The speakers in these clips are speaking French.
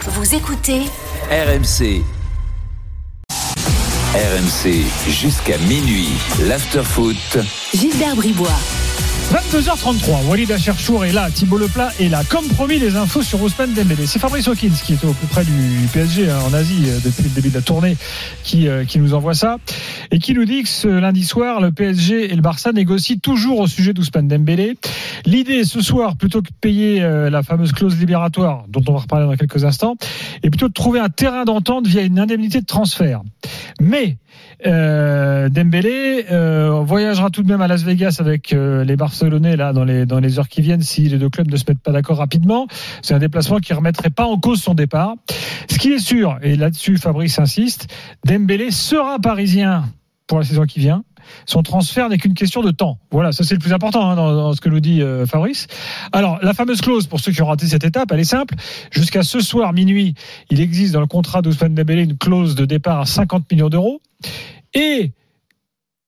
Vous écoutez RMC. RMC jusqu'à minuit. L'afterfoot. Gilbert Bribois. 22h33, Walid Acharchour est là, Thibaut Leplat est là. Comme promis, les infos sur Ousmane Dembélé. C'est Fabrice Hawkins qui est au plus près du PSG hein, en Asie euh, depuis le début de la tournée qui, euh, qui nous envoie ça et qui nous dit que ce lundi soir, le PSG et le Barça négocient toujours au sujet d'Ousmane Dembélé. L'idée ce soir, plutôt que de payer euh, la fameuse clause libératoire dont on va reparler dans quelques instants, est plutôt de trouver un terrain d'entente via une indemnité de transfert. Mais euh, Dembélé euh, voyagera tout de même à Las Vegas avec euh, les Barcelonais là dans les dans les heures qui viennent si les deux clubs ne se mettent pas d'accord rapidement. C'est un déplacement qui remettrait pas en cause son départ. Ce qui est sûr et là-dessus Fabrice insiste, Dembélé sera parisien pour la saison qui vient. Son transfert n'est qu'une question de temps. Voilà, ça c'est le plus important hein, dans, dans ce que nous dit euh, Fabrice. Alors, la fameuse clause, pour ceux qui ont raté cette étape, elle est simple. Jusqu'à ce soir, minuit, il existe dans le contrat d'Ousmane Dembélé une clause de départ à 50 millions d'euros et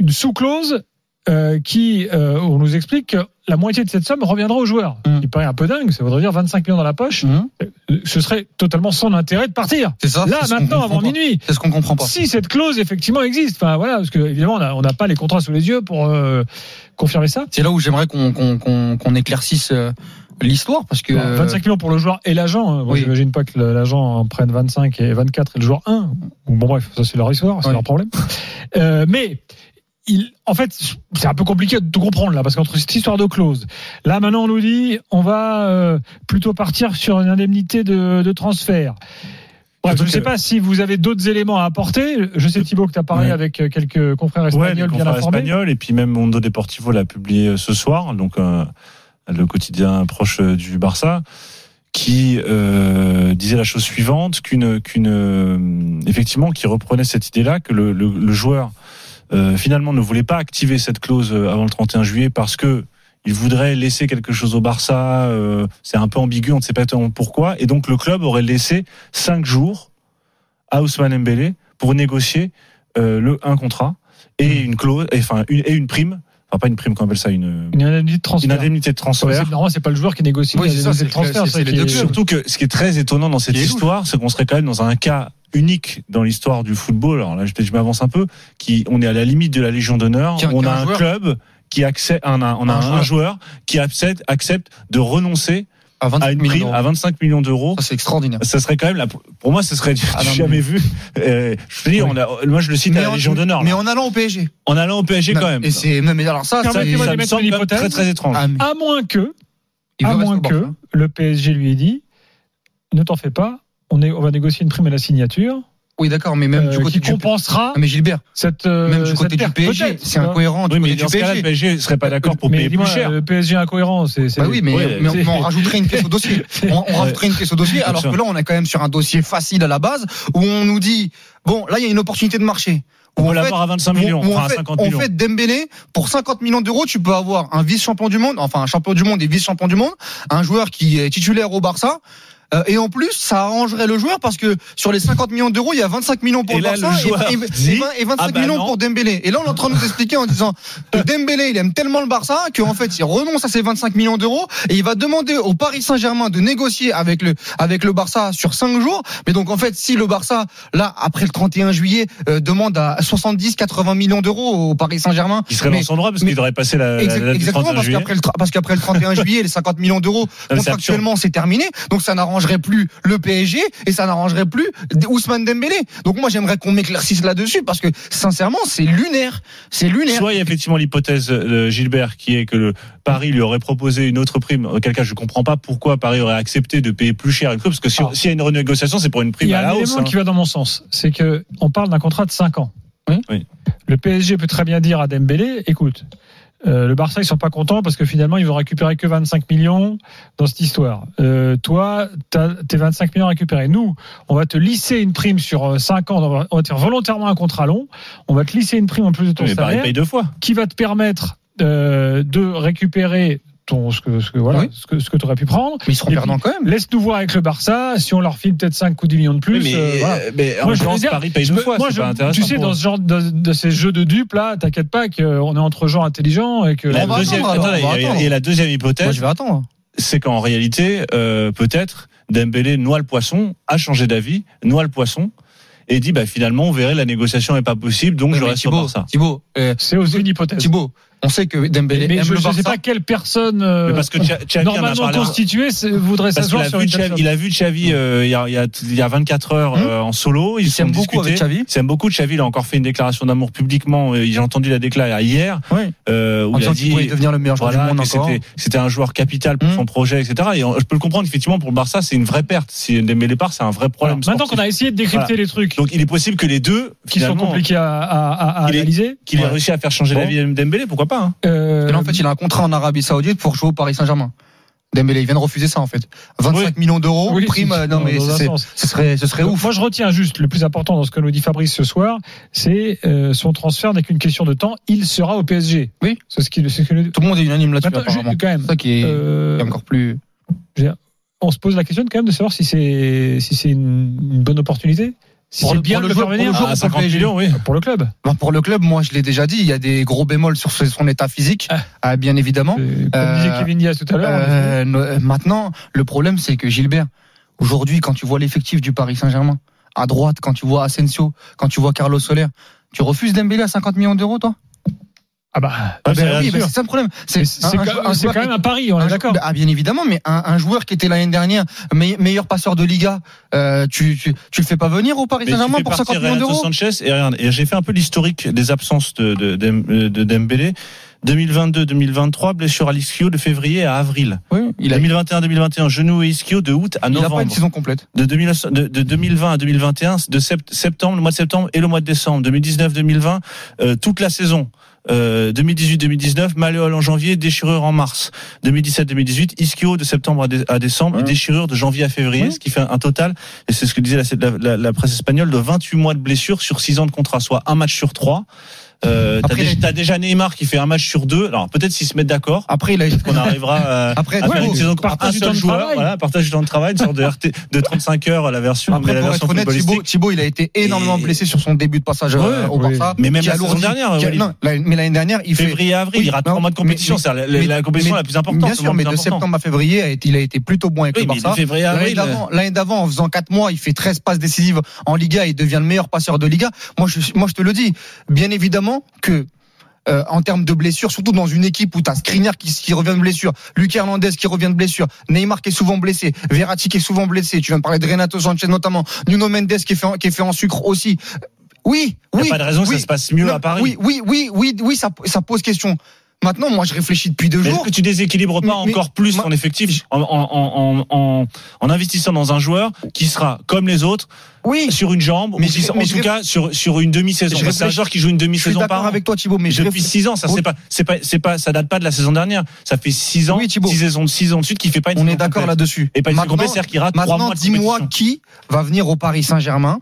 une sous-clause euh, qui, euh, on nous explique que la moitié de cette somme reviendra aux joueurs. Mm. Il paraît un peu dingue, ça voudrait dire 25 millions dans la poche. Euh, Ce serait totalement sans intérêt de partir. Hum, C'est ça. Là, Ah, c'est ce qu'on maintenant, comprend avant pas. minuit. C'est ce qu'on comprend pas. Si cette clause effectivement existe, enfin voilà, parce que évidemment on n'a- on n'a pas les contrats sous les yeux pour euh, confirmer ça. C'est là où j'aimerais qu'on qu'on- qu'on- qu'on éclaircisse euh, l'histoire parce que Bon, 25 millions pour le joueur et l'agent. hein. Moi, oui. j'imagine pas que le- l'agent en prenne 25 et 24 et le joueur 1. Bon, bref, ça, c'est leur histoire, c'est Oui. leur problème. Euh, mais, il, en fait, c'est un peu compliqué de tout comprendre, là, parce qu'entre cette histoire de clause, là, maintenant, on nous dit, on va euh, plutôt partir sur une indemnité de, de transfert. Bref, je Surtout ne sais que- pas si vous avez d'autres éléments à apporter. Je sais, Thibaut, que tu as parlé Ouais. avec euh, quelques confrères Ouais, les espagnols bien confrères informés. espagnols. Et puis même Mondo Deportivo l'a publié ce soir, donc euh, le quotidien proche euh, du Barça, qui euh, disait la chose suivante qu'une qu'une euh, effectivement qui reprenait cette idée-là que le, le- le joueur euh, finalement ne voulait pas activer cette clause euh, avant le 31 juillet parce que il voudrait laisser quelque chose au Barça. euh, c'est un peu ambigu, on ne sait pas tellement pourquoi. Et donc le club aurait laissé cinq jours à Ousmane Dembélé pour négocier euh, le un contrat Hmm. et une clause, et, enfin une, et une prime, enfin pas une prime, qu'on appelle ça une, Une indemnité de une transfert. indemnité de transfert. Normalement, c'est pas le joueur qui négocie Oui, c'est les ça, indemnités de c'est le- transfert. c'est- ça c'est les qui deux est- clubs. Surtout que ce qui est très étonnant dans cette Qui est louche. histoire, c'est qu'on serait quand même dans un cas unique dans l'histoire du football. Alors là, je, peut-être je m'avance un peu. Qui, on est à la limite de la Légion d'honneur. Qui a- On qui a un a un joueur. club qui accepte, un, un- on a Un un, joueur. un joueur qui accepte, accepte de renoncer à 25 à une millions prime d'euros. à 25 millions d'euros. Ça, c'est extraordinaire. Ça serait quand même, la, pour moi, ce serait du Ah non, mais- jamais vu. Euh, je te dis, on a- moi, je le cite à la en, Légion d'honneur. mais là. en allant au PSG. En allant au PSG Non, quand même. Et Ça, c'est non, mais alors ça, ça c'est- Permettez-moi me de mettre semble une quand même hypothèse. très très étrange. Ah, mais À moins que, il à va moins rester au que Barça. hein. le PSG lui ait dit ne t'en fais pas, on, est, on va négocier une prime à la signature Oui, d'accord, mais même euh, du côté qui du compensera Ah, mais Gilbert, cette. euh, même du cette côté du perte, PSG, peut-être, euh, c'est tu vois. incohérent du Oui, mais côté dans du ce cas-là, le PSG. PSG serait pas d'accord pour mais payer dis-moi, plus euh, cher. Le PSG incohérent, c'est. c'est- Bah oui, mais, Ouais, mais c'est- on, on rajouterait une pièce au dossier. On, on rajouterait une pièce au dossier, alors que sûr. là, on est quand même sur un dossier facile à la base, où on nous dit, bon, là, il y a une opportunité de marché. Où On en fait, va l'avoir à 25 Où- millions, où enfin en à fait, 50 en millions. fait, Dembélé, pour 50 millions d'euros, tu peux avoir un vice-champion du monde, enfin un champion du monde et vice-champion du monde, un joueur qui est titulaire au Barça. euh, et en plus, ça arrangerait le joueur parce que sur les 50 millions d'euros, il y a 25 millions pour Et le là, Barça le joueur et, et- dit, et vingt- et 25 ah bah millions non. pour Dembélé. Et là, on est en train de nous expliquer en disant que Dembélé, il aime tellement le Barça qu'en fait, il renonce à ses 25 millions d'euros et il va demander au Paris Saint-Germain de négocier avec le avec le Barça sur 5 jours. Mais donc en fait, si le Barça là après le 31 juillet euh, demande à 70 80 millions d'euros au Paris Saint-Germain, Il serait mais- dans son droit parce mais- qu'il devrait passer Euh, la, la Exact- date du exactement 31 parce juillet. qu'après le tra- parce qu'après le 31 juillet les 50 millions d'euros Non, mais c'est contractuellement c'est terminé donc ça n'arrangerait plus le PSG et ça n'arrangerait plus D- Ousmane Dembélé donc moi j'aimerais qu'on m'éclaircisse là-dessus parce que sincèrement c'est lunaire c'est lunaire Soit il y a effectivement l'hypothèse de Gilbert qui est que le Paris lui aurait proposé une autre prime, auquel cas je comprends pas pourquoi Paris aurait accepté de payer plus cher une club, parce que si- Ah. s'il y a une renégociation, c'est pour une Il prime y à a un la hausse. élément hein. qui va dans mon sens, c'est que on parle d'un contrat de 5 ans. Oui. Le PSG peut très bien dire à Dembélé, écoute, euh, le Barça ils sont pas contents parce que finalement ils vont récupérer que 25 millions dans cette histoire. Euh, toi, t'as tes 25 millions récupérés. Nous, on va te lisser une prime sur 5 ans. On va- on va te faire volontairement un contrat long. On va te lisser une prime en plus de ton Mais Paris salaire paye deux fois. qui va te permettre euh, de récupérer ton ce que ce que voilà Oui. ce que ce que tu aurais pu prendre. mais ils seront Et perdants quand même Laisse-nous voir avec le Barça si on leur file peut-être 5 ou 10 millions de plus. Oui, euh, mais, voilà. euh, mais en Moi, je l'occurrence, veux dire, Paris paye Je deux me- fois. moi, c'est je- pas intéressant tu sais, pour dans eux. ce genre de, de ces jeux de dupes là, t'inquiète pas qu'on est entre gens intelligents et que La On va deuxième- attendre, alors, attendez, on va il y a- attendre. Et la deuxième moi hypothèse, je vais attendre c'est qu'en réalité, euh, peut-être Dembélé noie le poisson, a changé d'avis, noie le poisson et dit bah finalement on verrait la négociation est pas possible donc je Mais reste au Thibaut, Barça. Thibaut, euh, C'est aussi une hypothèse. Thibaut, on sait que Dembélé Mais aime je le ne sais Barça. pas quelle personne euh, Mais parce que Tcha- Xavi en a normalement parlé en- constituée c'est- voudrait Parce qu'il s'asseoir a sur vu une Xavi- table. il a vu Xavi euh, il y a, il y a- il y a 24 heures Hum. euh, en solo. Ils, Il se sont s'aime beaucoup discutés. avec Xavi. Ils s'aiment beaucoup. Xavi, il a encore fait une déclaration d'amour publiquement. euh, J'ai entendu la déclaration hier Oui. euh, où En il a disant qu'il dit pourrait devenir le meilleur joueur voilà, du monde que encore. c'était c'était un joueur capital pour Hum. son projet, etc. Et on- je peux le comprendre. Effectivement, pour le Barça, c'est une vraie perte. Si Dembélé part, c'est un vrai Voilà. problème. Maintenant sportif. qu'on a essayé de décrypter les trucs Donc, il est possible que les deux qui sont finalement, compliqués à, à- à- à Il est- analyser. Qu'il ait Ouais. réussi à faire changer Bon. la vie à Dembélé, pourquoi pas hein Euh, Et là, en fait, il a un contrat en Arabie Saoudite pour jouer au Paris Saint-Germain. Dembélé, il vient de refuser ça, en fait. 25 Oui. millions d'euros, oui, prime, c'est- euh, non, mais dans un c'est- sens. ce serait, ce serait Donc, ouf. Moi, je retiens juste le plus important dans ce que nous dit Fabrice ce soir, c'est euh, son transfert n'est qu'une question de temps. Il sera au PSG. Oui. c'est ce qu'il c'est ce que nous dit. Tout le monde est unanime là-dessus, Maintenant, je- apparemment. quand même, C'est ça qui est, euh, qui est encore plus. on se pose la question quand même de savoir si c'est si c'est une, une bonne opportunité, si Pour c'est le- bien pour de le le faire joueur- pour venir le joueur, Ah, on peut 50 le PSG. millions, oui. pour le club. Bon, pour le club, moi, je l'ai déjà dit, il y a des gros bémols sur ce- son état physique, Ah. ah, bien évidemment. Euh, Comme Euh, disait Kevin Diaz tout à l'heure. Euh, no- euh, maintenant, le problème, c'est que Gilbert, aujourd'hui, quand tu vois l'effectif du Paris Saint-Germain, à droite, quand tu vois Asensio, quand tu vois Carlos Soler, tu refuses Dembélé à 50 millions d'euros, toi ah bah, Ah, Ben bien oui, sûr. ben c'est ça le problème. mais C'est c'est un- un quand- joueur- un c'est joueur quand qui- même un pari, on un est jou- d'accord. Ah, bien évidemment, mais un, un joueur qui était l'année dernière me- meilleur passeur de Liga, euh, tu, tu, tu le fais pas venir au Paris Mais tu Saint-Germain fais pour 50 partir millions Renato d'euros Sanchez et regarde, et j'ai fait un peu l'historique des absences de, de, de, de Dembélé. 2022-2023, blessure à l'ischio de février à avril. Oui, il a, il 2021-2021, genou et ischio de août à a pas une novembre. saison complète. De, 2000 de, de 2020 à 2021, de sept- septembre, le mois de septembre et le mois de décembre. 2019-2020, euh, toute la saison. Euh, 2018-2019, malléole en janvier, déchirure en mars. 2017-2018, ischio de septembre à, dé- à décembre, et déchirure de janvier à février, ce qui fait un total, et c'est ce que disait la, la- la- la presse espagnole, de 28 mois de blessure sur 6 ans de contrat, soit un match sur 3. Euh, t'as, Après, déjà, il a- t'as déjà Neymar qui fait un match sur deux. Alors peut-être s'ils se mettent d'accord, Après, il a, on arrivera euh, Après, à faire ouais, une bon, saison par partage un du temps seul de joueur. travail. Voilà, partage du temps de travail, une sorte de RT de 35 heures à la version, mais après la pour version être honnête, Thibaut, footballistique. Thibaut, il a été énormément Et- blessé sur son début de passage Ouais, euh, au oui. Barça. Mais même qui la a saison alourdi- dernière, qui a- Walid. non, la- mais l'année dernière, il fait. Février à avril, Oui, il rate non, trois mois de mais- compétition, c'est la, la- mais- la compétition mais- la plus importante. Bien le sûr, moment mais le de plus important. septembre à février, a été- il a été plutôt bon avec Oui, le mais Barça. de février à L'année avril. euh. d'avant, l'année d'avant, en faisant 4 mois, il fait 13 passes décisives en Liga et devient le meilleur passeur de Liga. Moi, je, moi, je te le dis. Bien évidemment que, euh, en termes de blessures, surtout dans une équipe où t'as Skriniar qui, qui revient de blessure, Lucas Hernandez qui revient de blessure, Neymar qui est souvent blessé, Verratti qui est souvent blessé, tu viens de parler de Renato Sanchez notamment, Nuno Mendes qui est fait en, qui est fait en sucre aussi. Oui, Il n'y oui. a pas de raison que oui, ça se passe mieux non, à Paris. Oui, oui, oui, oui, oui, ça, ça pose question. Maintenant, moi, je réfléchis depuis deux Mais jours. Est-ce que tu déséquilibres pas Mais- mais- encore plus moi- ton effectif en, en, en, en, en- en investissant dans un joueur qui sera comme les autres Oui. sur une jambe Mais ou qui je- sera- mais en je tout réfl- cas sur, sur une demi-saison. Je Parce que C'est un réfléchis- joueur qui joue une Je suis demi-saison par d'accord an. avec toi, Thibaut, mais je depuis réfléchis- 6 ans, ça Oui. c'est pas c'est pas c'est pas ça date pas de la saison dernière. Ça fait 6 ans, Oui, Thibaut. six saisons de 6 ans de suite qui fait pas une On saison est d'accord complète. là-dessus. Et pas une saison Maintenant- complète, c'est-à-dire qu'il rate 3 Maintenant, mois de dis-moi compétition. qui va venir au Paris Saint-Germain,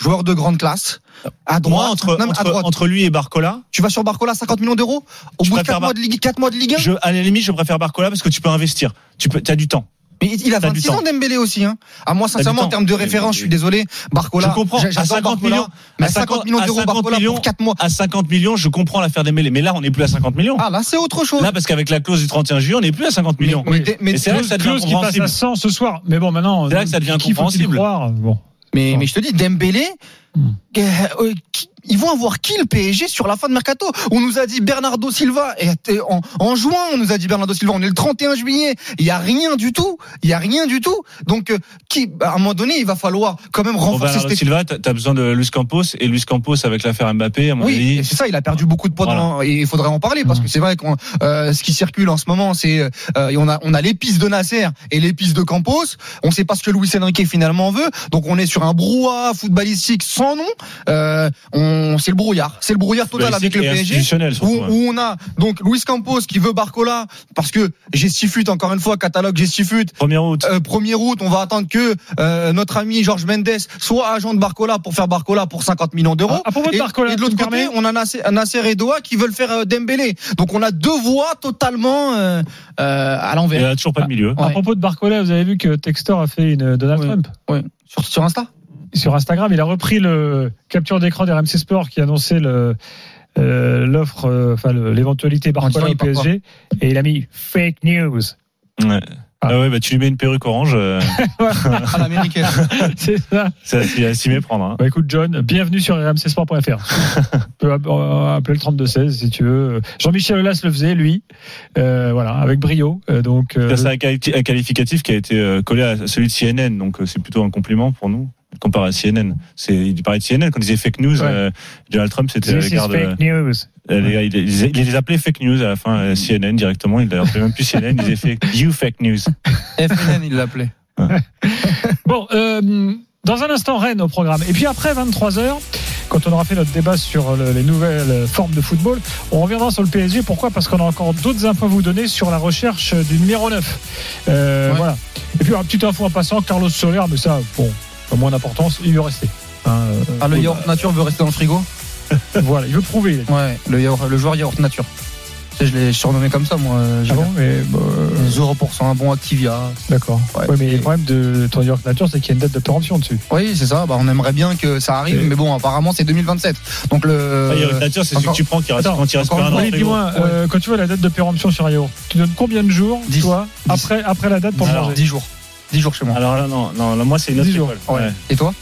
joueur de grande classe, à droite. Moi entre Non, mais à entre, droite. entre lui et Barcola, Tu vas sur Barcola, 50 millions d'euros au Je bout de préfère 4 mois de Ligue, 4 mois de Ligue 1. je à la limite, je préfère Barcola parce que tu peux investir. Tu peux tu as du temps. Mais il il a T'as du 26 temps. ans Dembélé aussi. Hein. À moi, sincèrement, du en termes de temps. Mais- référence, mais- je suis désolé. Barcola, Je comprends. j'a- À j'adore 50 Barcola, millions, mais à 50 millions à d'euros 50 Barcola millions, pour 4 mois. À 50 millions, je comprends l'affaire des mêlées. Mais là, on n'est plus à 50 millions. Ah là, c'est autre chose. Là, parce qu'avec la clause du 31 juillet, on n'est plus à 50 millions. mais, mais- mais- Et c'est là que ça devient Klose qui passe à incompréhensible. 100 ce soir. Mais bon, maintenant, C'est là que ça devient qui faut-il incompréhensible. croire Bon. Mais, mais je te dis, Dembélé, euh, euh, qui- ils vont avoir qui le PSG sur la fin de mercato On nous a dit Bernardo Silva et, et en, en juin, on nous a dit Bernardo Silva. On est le 31 juillet. Il y a rien du tout. Il y a rien du tout. Donc, euh, qui à un moment donné, il va falloir quand même Pour renforcer cette Bernardo bah, Silva, t'as t'as besoin de Luis Campos et Luis Campos avec l'affaire Mbappé, à mon oui, et avis. c'est ça, il a perdu beaucoup de poids Voilà. Mmh. dans- et il faudrait en parler parce que c'est vrai qu'on euh, ce qui circule en ce moment, c'est euh, et on a on a l'épice de Nasser et l'épice de Campos, on sait pas ce que Luis Enrique finalement veut. Donc on est sur un brouhaha footballistique sans nom. Euh, on c'est le brouillard, c'est le brouillard total avec le Et PSG. institutionnel, Où, surtout, ouais. où on a donc Luis Campos qui veut Barcola parce que gestifute encore une fois catalogue gestifute 1er août. euh, 1er août, on va attendre que euh, notre ami Georges Mendes soit agent de Barcola pour faire Barcola pour 50 millions d'euros. Ah, à propos de et, Barcola, et de tu l'autre me côté, permets on a Nasser, Nasser et Doha qui veulent faire euh, Dembélé. Donc on a deux voies totalement euh, euh, à Et il l'envers a toujours pas de milieu. À Ouais. propos de Barcola, vous avez vu que Textor a fait une Donald Ouais. Trump sur, sur Insta. sur Instagram. Il a repris le capture d'écran d'RMC Sport qui annonçait le euh, l'offre, euh, enfin le- l'éventualité En disant, Barcola au il part PSG, et il a mis fake news. Ouais. Ah ouais, bah tu lui mets une perruque orange, euh, à l'américaine. C'est ça. c'est à s'y- à s'y méprendre. hein. Bah écoute John, bienvenue sur rmcsport.fr. tu peux app- euh, appeler le 3216 si tu veux. Jean-Michel Aulas le faisait lui, euh, voilà, avec brio. euh, donc euh, C'est un quali- un qualificatif qui a été euh, collé à celui de CNN, donc euh, c'est plutôt un compliment pour nous. Comparé à CNN, c'est il parlait de CNN quand il disait fake news. Ouais. euh, Donald Trump, c'était à this is l'égard de- fake news. Euh, les gars, Il, les- il les appelait fake news à la fin, euh, CNN directement. Il les appelait même plus CNN, il disait fake, you fake news. FNN, il l'appelait. Bon, euh, dans un instant Rennes au programme. Et puis après 23h, quand on aura fait notre débat sur le- les nouvelles euh, formes de football, on reviendra sur le PSG. Pourquoi Parce qu'on a encore d'autres infos à vous donner sur la recherche du numéro 9. Euh, Ouais. Voilà. Et puis une petite info en passant, Carlos Soler, mais ça, bon, pas moins d'importance, il veut rester. Hein, euh, Ah, le yaourt nature veut rester dans le frigo voilà, il veut prouver. il a dit. Ouais, le, yaourt- le joueur yaourt nature. Tu sais, Je l'ai surnommé comme ça, moi. euh, Ah j'ai- bon mais, bah, euh, 0%, un bon Activia. D'accord. Ouais, Ouais. mais le problème de ton York Nature, c'est qu'il y a une date de péremption dessus. Oui, c'est ça. Bah, on aimerait bien que ça arrive, Et- mais bon, apparemment, c'est 2027. Donc le. Ah, il y a une nature, c'est celui encore- que tu prends qui reste, Euh, Attends, quand il reste encore pas un une an. fois, après, Allez, dis-moi, gros. euh, quand tu vois la date de péremption sur un yaourt, tu donnes combien de jours, Dix. toi, Dix. après, après la date pour le Alors, manger 10 jours. 10 jours chez gros. moi. Alors là, non, non, là, moi, c'est une autre Dix jours. école. Ouais. Ah Ouais. Et toi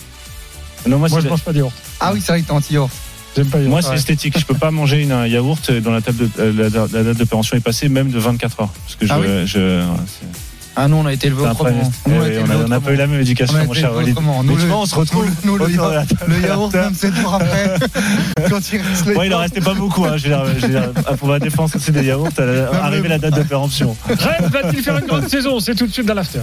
Non, moi, Moi, c'est je mange pas de yaourt. Ah oui, c'est vrai que t'es anti-yaourt. J'aime pas les moi, yaourts. c'est Ouais. esthétique. Je peux pas manger une, un yaourt dont la, table de, euh, la, la date de péremption est passée, même de 24 heures. Parce que je. Ah oui je- c'est- Ah non, on a été élevé c'est un problème. autrement. Eh Nous, oui, on a été on a- élevés on n'a pas eu autrement. la même On a éducation, mon été cher élevés Walid. autrement. Mais Nous, tu le- vois, on se retrouve. nous, le autour de la table. Le yaourt, 27 jours après. quand il reste le Moi, il en yaourt. restait pas beaucoup. Hein. Je veux dire, je veux dire, pour ma défense, c'est des yaourts. à la- mais- Arrivait la date de péremption. Rennes va-t-il faire une grande saison C'est tout de suite dans l'after.